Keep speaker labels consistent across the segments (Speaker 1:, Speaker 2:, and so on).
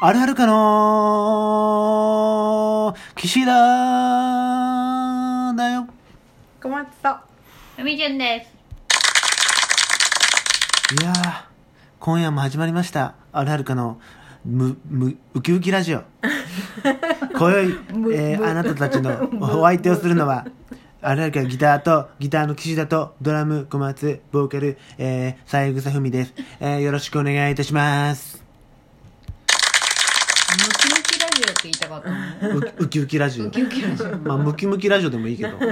Speaker 1: あるあるかの岸田だよ。
Speaker 2: 小松と
Speaker 3: みじゅんです。
Speaker 1: いやー、今夜も始まりました。あるあるかの、む、む、ウキウキラジオ。 今宵、えー、あなたたち のお相手をするのは、あるあるかギターと、ギターの岸田と、ドラム、小松、ボーカル、えー、三枝文です。えー、よろしくお願いいたします。
Speaker 3: ムキムキラジオって言いたかったのね。
Speaker 1: ウウキウキラジオ
Speaker 3: ウ。キウキラジオ。
Speaker 1: まあ、ムキムキラジオでもいいけ ど。ち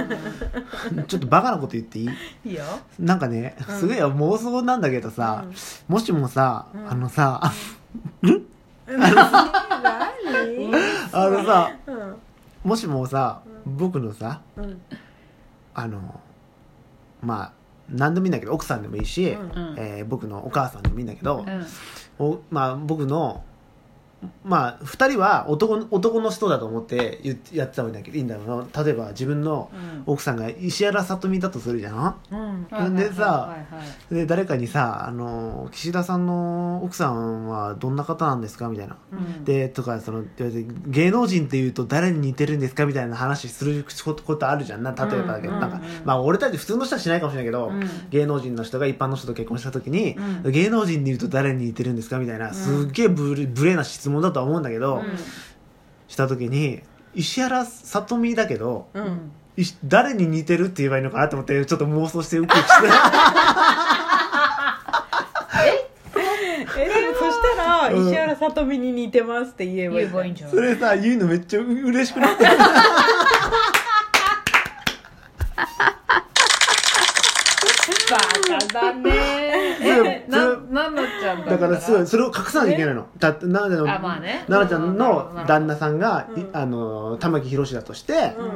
Speaker 1: ょっとバカなこと言っていい
Speaker 2: いいよ
Speaker 1: なんかね、すげえ妄想なんだけどさ、もしもさ、あのさ、
Speaker 2: 何
Speaker 1: あのさ、
Speaker 2: うん
Speaker 1: もしもさ、僕のさ、
Speaker 2: うん
Speaker 1: あの、まあ、何でもいいんだけど、奥さんでもいいし、
Speaker 2: うん
Speaker 3: うん。
Speaker 1: えー僕のお母さんでもいいんだけど
Speaker 3: う、ん。
Speaker 1: おまあ、僕の、まあ、二人は男の男の人だと思って言ってやってた方がいいんだけど、いいんだろうな。例えば自分の
Speaker 3: うん
Speaker 1: 奥さんが石原さとみだとするじゃん
Speaker 2: うん
Speaker 3: はいはいはいはい
Speaker 1: でさで、誰かにさ、あの、岸田さんの奥さんはどんな方なんですかみたいな。
Speaker 3: うん
Speaker 1: でとかその言われて芸能人っていうと誰に似てるんですかみたいな話することあるじゃんな例えばだけど、
Speaker 3: うん
Speaker 1: なんか
Speaker 3: うんうん
Speaker 1: まあ俺たち普通の人はしないかもしれないけど、
Speaker 3: うん
Speaker 1: 芸能人の人が一般の人と結婚した時に、
Speaker 3: う
Speaker 1: 芸能人でいうと誰に似てるんですかみたいなすっげえ無礼無礼な質問だとは思うんだけど、した時に石原さとみだけど
Speaker 2: う
Speaker 3: うんん。
Speaker 1: いし誰に似てるって言えばいいのかなと思ってちょっと妄想してウキウキ して
Speaker 2: えでもそしたら
Speaker 1: うん
Speaker 2: 石原さとみに似てますって言えば
Speaker 3: 言
Speaker 2: い
Speaker 3: え
Speaker 2: い
Speaker 3: ばいいんじゃない
Speaker 1: それさ言うのめっちゃう嬉しくなって
Speaker 3: バカだね
Speaker 1: そう
Speaker 3: え、な、なんなっちゃん
Speaker 1: だからそう
Speaker 3: う。
Speaker 1: それを隠さなきゃいけないの。だってなの
Speaker 3: あまあね
Speaker 1: 奈々ちゃん
Speaker 3: うんなるほどなるほ
Speaker 1: の
Speaker 3: ど
Speaker 1: 旦那さんが、い
Speaker 2: うん
Speaker 1: あの玉木宏だとして、
Speaker 2: う
Speaker 3: うんん。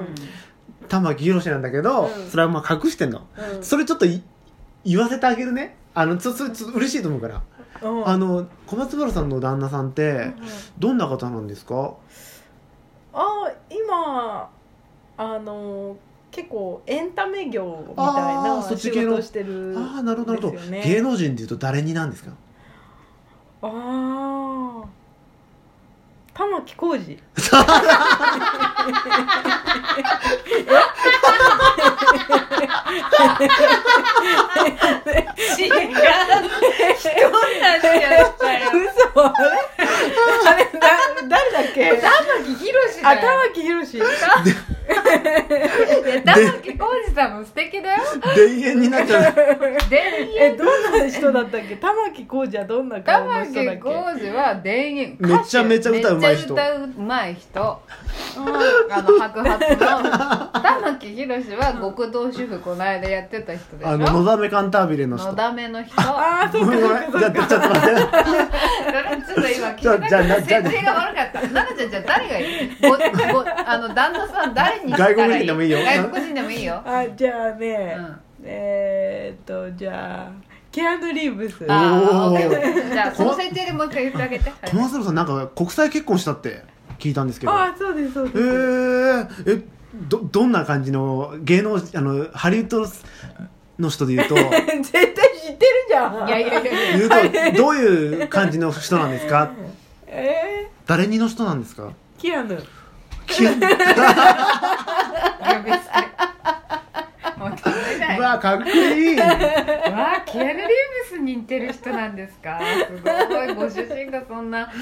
Speaker 1: 玉木宏なんだけど、
Speaker 2: うん
Speaker 1: それはまあ隠してんの、
Speaker 2: うん
Speaker 1: それちょっとい言わせてあげるねあのちょそれちょっと嬉しいと思うから、
Speaker 2: うん
Speaker 1: あの小松原さんの旦那さんって、どんな方なんですか
Speaker 2: あ今あの結構エンタメ業みたい
Speaker 1: あー
Speaker 2: な
Speaker 1: そっち
Speaker 2: 仕
Speaker 1: 系の
Speaker 2: 事してる
Speaker 1: ああなるほどなるほど、
Speaker 2: ですよね
Speaker 1: 芸能人っていうと誰になんですか
Speaker 2: ああ玉置浩二
Speaker 3: 違う。人なんじゃやっぱり。
Speaker 2: 嘘あれあれだ誰だっけ
Speaker 3: 玉木宏だ
Speaker 2: あ
Speaker 3: よ。
Speaker 2: 玉木宏
Speaker 3: いや玉木浩二さんも素敵だよ。
Speaker 1: 田園になっちゃう
Speaker 3: 電
Speaker 2: えどんな人だったっけ玉置浩二はどんな顔
Speaker 3: 玉
Speaker 2: の
Speaker 3: 木
Speaker 2: 人だっけ
Speaker 3: 浩二は田園
Speaker 1: めちゃめちゃ歌うまい人
Speaker 3: めっちゃ歌うまい人、うん、あの白髪の玉木宏は極道主婦この間やってた人でしょ
Speaker 1: あののだめカンタービレの人
Speaker 3: のだめの人
Speaker 2: ああそ
Speaker 1: ご
Speaker 2: うか
Speaker 1: めんごめんじゃあちょっと待って
Speaker 3: それちょっと今
Speaker 1: じゃあじゃあな
Speaker 3: 聞
Speaker 1: じゃあ
Speaker 3: いた設定が悪かった奈々ちゃんじゃあ誰がいいごごあの旦那さん誰にしたらいい
Speaker 1: 外国人でもいいよ
Speaker 3: 外国人でもいいよ、
Speaker 2: あじゃあ
Speaker 3: う
Speaker 2: ね、
Speaker 3: ん
Speaker 2: えー、っとじゃあケアヌ・リーブス
Speaker 3: あー
Speaker 1: おー
Speaker 3: OK じゃあその設定でもう一回言ってあげて、はい
Speaker 1: 小松原さんなんか国際結婚したって聞いたんですけど
Speaker 2: あそうですそうです、
Speaker 1: えー、えどどんな感じの芸能あのハリウッドの人で 言うと
Speaker 2: 絶対知ってるじゃん
Speaker 3: いやいやいやい
Speaker 1: 言うとどういう感じの人なんですか
Speaker 2: え
Speaker 1: 誰にの人なんです か
Speaker 2: ー、キアヌ
Speaker 1: キュン
Speaker 3: や呼び捨てもう気づいないう
Speaker 1: わかっこいい
Speaker 3: わあキアヌ・リーブスに似てる人なんですかすごいご主人がそんなかっ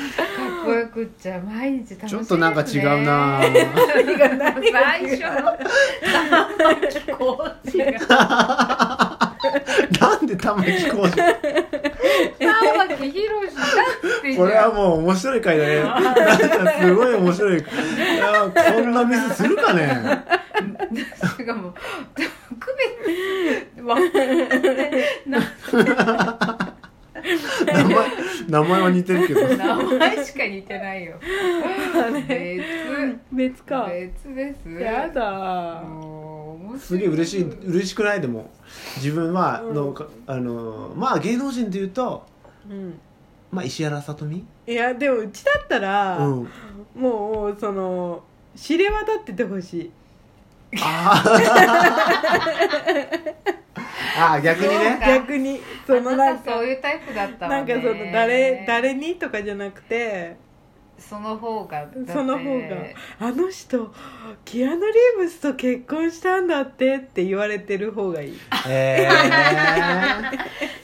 Speaker 3: こよくっちゃ毎日楽しいです、ね、
Speaker 1: ちょっとなんか違うな
Speaker 3: 何が何が最初の玉置浩二が
Speaker 1: なんで玉置浩二
Speaker 3: 玉木宏だって言う
Speaker 1: これはもう面白い回だねなんかすごい面白いいやこんなミスするかね
Speaker 3: しかも区別わかんないな
Speaker 1: 名前名前は似てるけど
Speaker 3: 名前しか似てないよ別
Speaker 2: 別か
Speaker 3: 別です
Speaker 2: やだ
Speaker 3: もう面白い
Speaker 1: すげえ嬉しい嬉しくないでも自分は
Speaker 2: うん
Speaker 1: の、かあのまあ芸能人でいうと、
Speaker 2: うん
Speaker 1: まあ、石原さとみ、
Speaker 2: いやでもうちだったら、
Speaker 1: うん、
Speaker 2: もうその知れ渡っててほしい
Speaker 1: あーあー逆にね
Speaker 2: 逆にその
Speaker 3: あ
Speaker 2: な
Speaker 3: なんたそ
Speaker 2: か
Speaker 3: ういうタイプだったわ
Speaker 2: なん
Speaker 3: ね
Speaker 2: かその誰誰にとかじゃなくて
Speaker 3: その方がだって
Speaker 2: その方があの人キアヌ・リーブスと結婚したんだってって言われてる方がいい
Speaker 1: え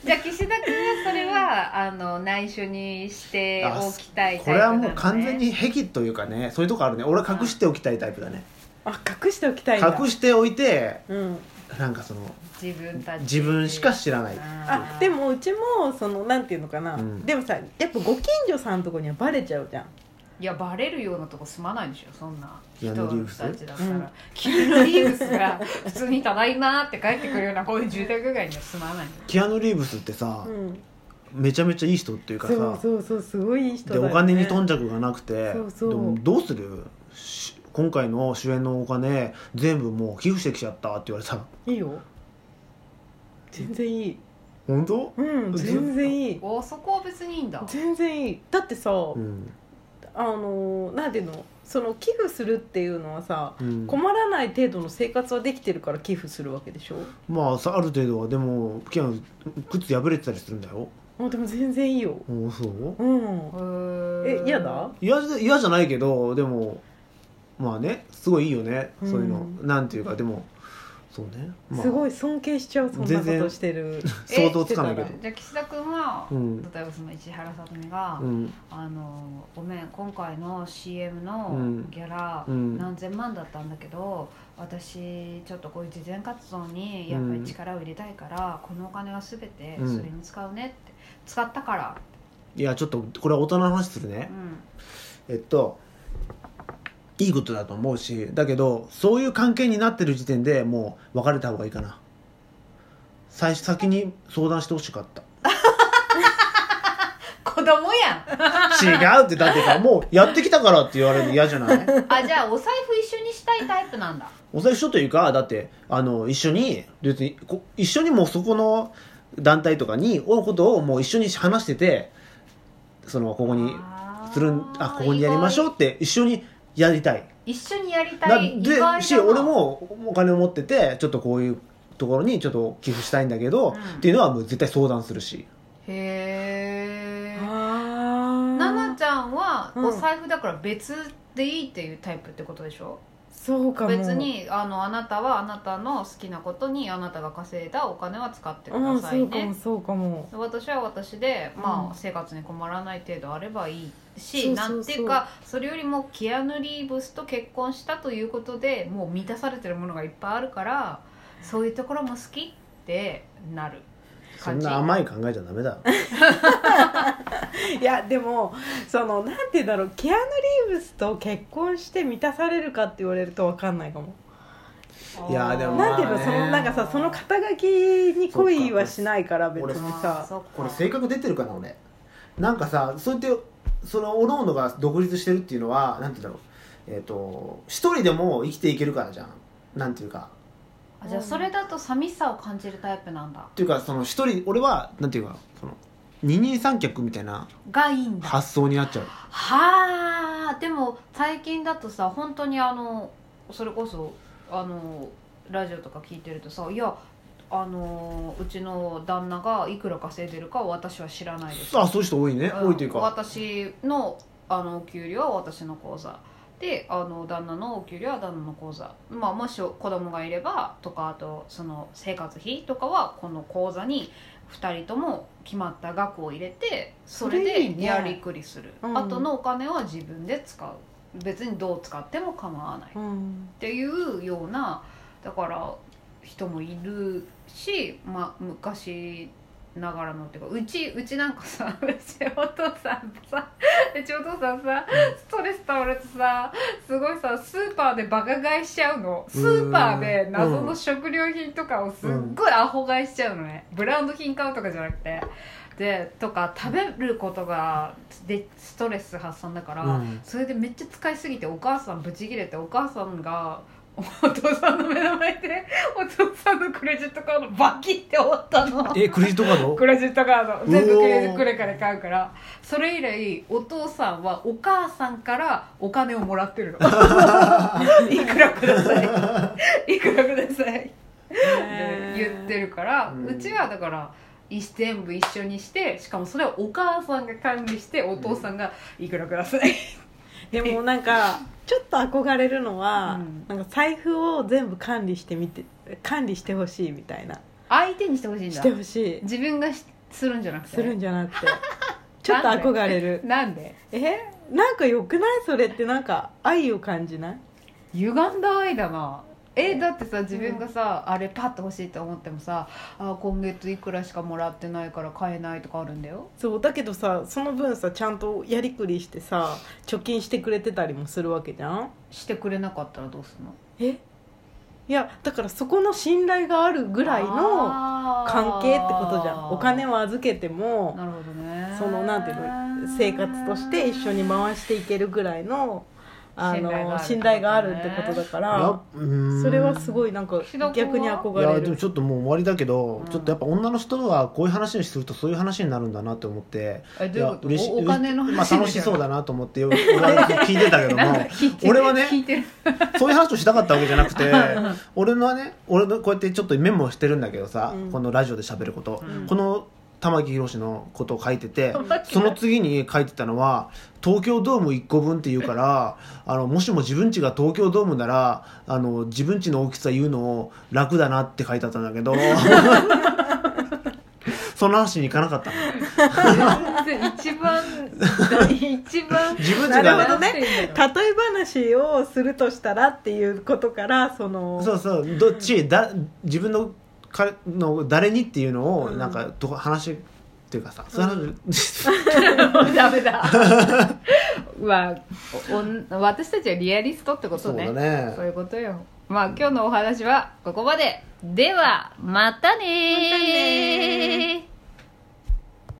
Speaker 3: じゃあ岸田君はそれはあの内緒にしておきたい
Speaker 1: ー、
Speaker 3: タイプ
Speaker 1: これはもう完全
Speaker 3: なのね
Speaker 1: に癖というかねそういうとこあるね俺は隠しておきたいタイプだね
Speaker 2: あ隠しておきたいんだ
Speaker 1: 隠しておいて
Speaker 2: うん、
Speaker 1: なんかその
Speaker 3: 自分たち
Speaker 1: 自分しか知らない
Speaker 2: あでもうちもそのなんていうのかな、
Speaker 1: うん
Speaker 2: でもさやっぱご近所さんのとこにはバレちゃうじゃん
Speaker 3: いやバレるようなとこ住まないでしょそんな
Speaker 1: キ
Speaker 3: 人
Speaker 1: アヌリーブス
Speaker 3: たちだった
Speaker 2: うん
Speaker 3: らキアヌ・リーブスが普通に「ただいま」って帰ってくるようなこういう住宅街には住まない
Speaker 1: キアヌ・リーブスってさ、
Speaker 2: うん、
Speaker 1: めちゃめちゃいい人っていうかさ
Speaker 2: そうそうそうすごいいい人だ
Speaker 1: で
Speaker 2: よ、ね、
Speaker 1: お金に頓着がなくて
Speaker 2: そうそう
Speaker 1: でもどうするし今回の主演のお金全部もう寄付してきちゃったって言われたら
Speaker 2: いいよ全然いい
Speaker 1: 本当、
Speaker 2: うん全然いい
Speaker 3: おそこは別にいいんだ
Speaker 2: 全然いいだってさ、
Speaker 1: うん
Speaker 2: あのなんていうのその寄付するっていうのはさ
Speaker 1: うん、
Speaker 2: 困らない程度の生活はできてるから寄付するわけでしょ
Speaker 1: まあさある程度はでもキアヌ靴破れてたりするんだよ
Speaker 2: あでも全然いいよ
Speaker 1: おそう
Speaker 2: うんえ
Speaker 3: え
Speaker 2: 嫌だ
Speaker 1: 嫌じゃ嫌じゃないけどでもまあねすごいいいよねそういうの、
Speaker 2: う
Speaker 1: なんていうかでもそうね、まあ、
Speaker 2: すごい尊敬しちゃうそんな
Speaker 1: 全
Speaker 2: こ
Speaker 1: 然
Speaker 2: としてる
Speaker 1: 想像つかないけど
Speaker 2: え
Speaker 3: じゃあ岸田君は、
Speaker 1: うん
Speaker 3: 例えばその石原さとみが、
Speaker 1: うん
Speaker 3: あのごめん今回の CM の
Speaker 1: うん
Speaker 3: ギャラ、
Speaker 1: うん
Speaker 3: 何千万だったんだけど私ちょっとこういう慈善活動にやっぱり力を入れたいから、このお金は全て
Speaker 1: うん
Speaker 3: それに使うねって、使ったから、
Speaker 1: いやちょっとこれは大人の話するね
Speaker 3: うん、
Speaker 1: えっといいことだと思うしだけどそういう関係になってる時点でもう別れた方がいいかな最初先に相談してほしか った
Speaker 3: 子供やん
Speaker 1: 違うってだってさもうやってきたからって言われるの嫌じゃない
Speaker 3: あじゃあお財布一緒にしたいタイプなんだ
Speaker 1: お財布書というかだってあの一緒に別にこ一緒にもうそこの団体とかに会うことをもう一緒に話しててそのここに
Speaker 3: あー
Speaker 1: するんあここにやりましょうって一緒にやりたい
Speaker 3: 意外一緒にやり
Speaker 1: な
Speaker 3: たい意
Speaker 1: で
Speaker 3: 外だな
Speaker 1: し俺もお金を持っててちょっとこういうところにちょっと寄付したいんだけど、
Speaker 3: うん
Speaker 1: っていうのはもう絶対相談するし
Speaker 3: へ え
Speaker 2: あ
Speaker 3: ななちゃんは
Speaker 2: うん
Speaker 3: お財布だから別でいいっていうタイプってことでしょ、
Speaker 2: そうかも
Speaker 3: 別にあのあなたはあなたの好きなことにあなたが稼いだお金は使ってく
Speaker 2: う
Speaker 3: だ
Speaker 2: ん
Speaker 3: さ
Speaker 2: そ
Speaker 3: いう
Speaker 2: かも
Speaker 3: ね、
Speaker 2: そうかも
Speaker 3: 私は私で、ま
Speaker 2: うん
Speaker 3: あ、生活に困らない程度あればいいし、
Speaker 2: そうそうそう
Speaker 3: なんていうかそれよりもキアヌ・リーブスと結婚したということでもう満たされてるものがいっぱいあるからそういうところも好きってなる
Speaker 1: そ
Speaker 3: 感
Speaker 1: ん
Speaker 3: じ
Speaker 1: な甘い考えじゃダメだ
Speaker 2: いやでもそのなんて言うんだろうキアヌ・リーブスと結婚して満たされるかって言われると分かんないかも
Speaker 1: いやーでもまあ
Speaker 2: なんていうのそのなんかさその肩書きに恋はしないから別
Speaker 1: そっか
Speaker 2: に
Speaker 3: あーそ
Speaker 2: さ
Speaker 3: っか
Speaker 1: これ性格出てるかな俺なんかさそうやってそのおのおのが独立してるっていうのはなんて言うんだろうえっ、と一人でも生きていけるからじゃんなんていうか
Speaker 3: あじゃあそれだと寂しさを感じるタイプなんだ
Speaker 1: っていうかその一人俺はなんていうかその二人三脚みたいな
Speaker 3: がいいんだ
Speaker 1: 発想になっちゃう
Speaker 3: はあでも最近だとさ本当にあのそれこそあのラジオとか聞いてるとさいやあのうちの旦那がいくら稼いでるかは私は知らないです
Speaker 1: あそういう人多いね、
Speaker 3: うん
Speaker 1: 多いというか
Speaker 3: 私のあのお給料は私の口座であの旦那のお給料は旦那の口座、まあ、もし子供がいればとかあとその生活費とかはこの口座に2人とも決まった額を入れてそれ
Speaker 2: それいい
Speaker 3: で
Speaker 2: ね
Speaker 3: やりくりする
Speaker 2: うん
Speaker 3: あとのお金は自分で使う別にどう使っても構わないっ
Speaker 2: うん
Speaker 3: ていうようなだから人もいるし、まあ、昔ながらのっていうかうちうちなんかさ うちお父さんさ うちお父さんさストレス倒れてさすごいさスーパーでバカ買いしちゃうのスーパーで謎の食料品とかをすっごいアホ買いしちゃうのねブランド品買うとかじゃなくてでとか食べることがでストレス発散だから、
Speaker 1: うん
Speaker 3: それでめっちゃ使いすぎてお母さんブチギレてお母さんがお父さんの目の前でお父さんのクレジットカードバキって折ったの
Speaker 1: えクレジットカード
Speaker 3: クレジットカード全部
Speaker 1: うおー
Speaker 3: クレジットクレカで買うからそれ以来お父さんはお母さんからお金をもら ってるのいくらくださいいくらくださいって言ってるから、
Speaker 1: うん
Speaker 3: うちはだから一全部一緒にしてしかもそれをお母さんが管理してお父さんが「いくらください」
Speaker 2: でもなんかちょっと憧れるのは、
Speaker 3: うん
Speaker 2: なんか財布を全部管理してみて管理してほしいみたいな
Speaker 3: 相手にしてほしいん
Speaker 2: し
Speaker 3: だ
Speaker 2: てほしい
Speaker 3: 自分がしするんじゃなくて
Speaker 2: するんじゃなくてちょっと憧れる
Speaker 3: なんで
Speaker 2: えなんかよくないそれってなんか愛を感じない
Speaker 3: 歪んだ愛だなえだってさ自分がさ、あれパッと欲しいと思ってもさあ今月いくらしかもらってないから買えないとかあるんだよ
Speaker 2: そうだけどさその分さちゃんとやりくりしてさ貯金してくれてたりもするわけじゃん
Speaker 3: してくれなかったらどうすんの
Speaker 2: えいやだからそこの信頼があるぐらいの関係ってことじゃんお金
Speaker 3: を
Speaker 2: を預けても
Speaker 3: なるほどね
Speaker 2: そのなんていうの生活として一緒に回していけるぐらいのあの信
Speaker 3: 信
Speaker 2: 頼
Speaker 3: 頼
Speaker 2: が
Speaker 3: が
Speaker 2: あ
Speaker 3: あ
Speaker 2: る
Speaker 3: る
Speaker 2: っ
Speaker 3: ってて
Speaker 2: こ
Speaker 3: こと
Speaker 1: い
Speaker 2: だか
Speaker 3: とだ
Speaker 1: や
Speaker 2: ら
Speaker 1: うーん
Speaker 2: それはすごいなんか逆に憧
Speaker 1: いや
Speaker 2: れ
Speaker 1: でも
Speaker 2: る
Speaker 1: ちょっともう終わりだけど、
Speaker 3: うん
Speaker 1: ちょっとやっぱ女の人はこういう話にするとそういう話になるんだなって思って
Speaker 3: えどういうこと
Speaker 1: 嬉しい
Speaker 3: おお金の話
Speaker 1: まあ、楽しそうだなと思 って俺は聞いてたけど
Speaker 3: なんか
Speaker 1: も
Speaker 3: 聞いてる
Speaker 1: 俺はね
Speaker 3: 聞いてる
Speaker 1: そういう話をしたかったわけじゃなくて俺のはね俺のこうやってちょっとメモをしてるんだけどさ、
Speaker 2: うん
Speaker 1: このラジオで喋ること、
Speaker 3: うん
Speaker 1: この玉木宏のことを書いてて
Speaker 3: 玉木
Speaker 1: その次に書いてたのは東京ドーム1個分っていうからあのもしも自分家が東京ドームならあの自分家の大きさ言うのを楽だなって書いてあったんだけどその話に行かなかったの
Speaker 3: 一番一番
Speaker 1: 自分
Speaker 2: な
Speaker 1: 家
Speaker 2: る
Speaker 1: が
Speaker 2: ほどね例え話をするとしたらっていうことからその
Speaker 1: そうそうどっちだ自分のかの誰にっていうのを
Speaker 2: うん
Speaker 1: なんかどこ話っていうかさ、そういう話
Speaker 3: ダメだ まあおお私たちはリアリストってこ
Speaker 1: そ
Speaker 3: と
Speaker 1: うだ
Speaker 3: ね
Speaker 1: ね
Speaker 3: そういうことよまあ今日のお話はここまでではまたねー
Speaker 2: またね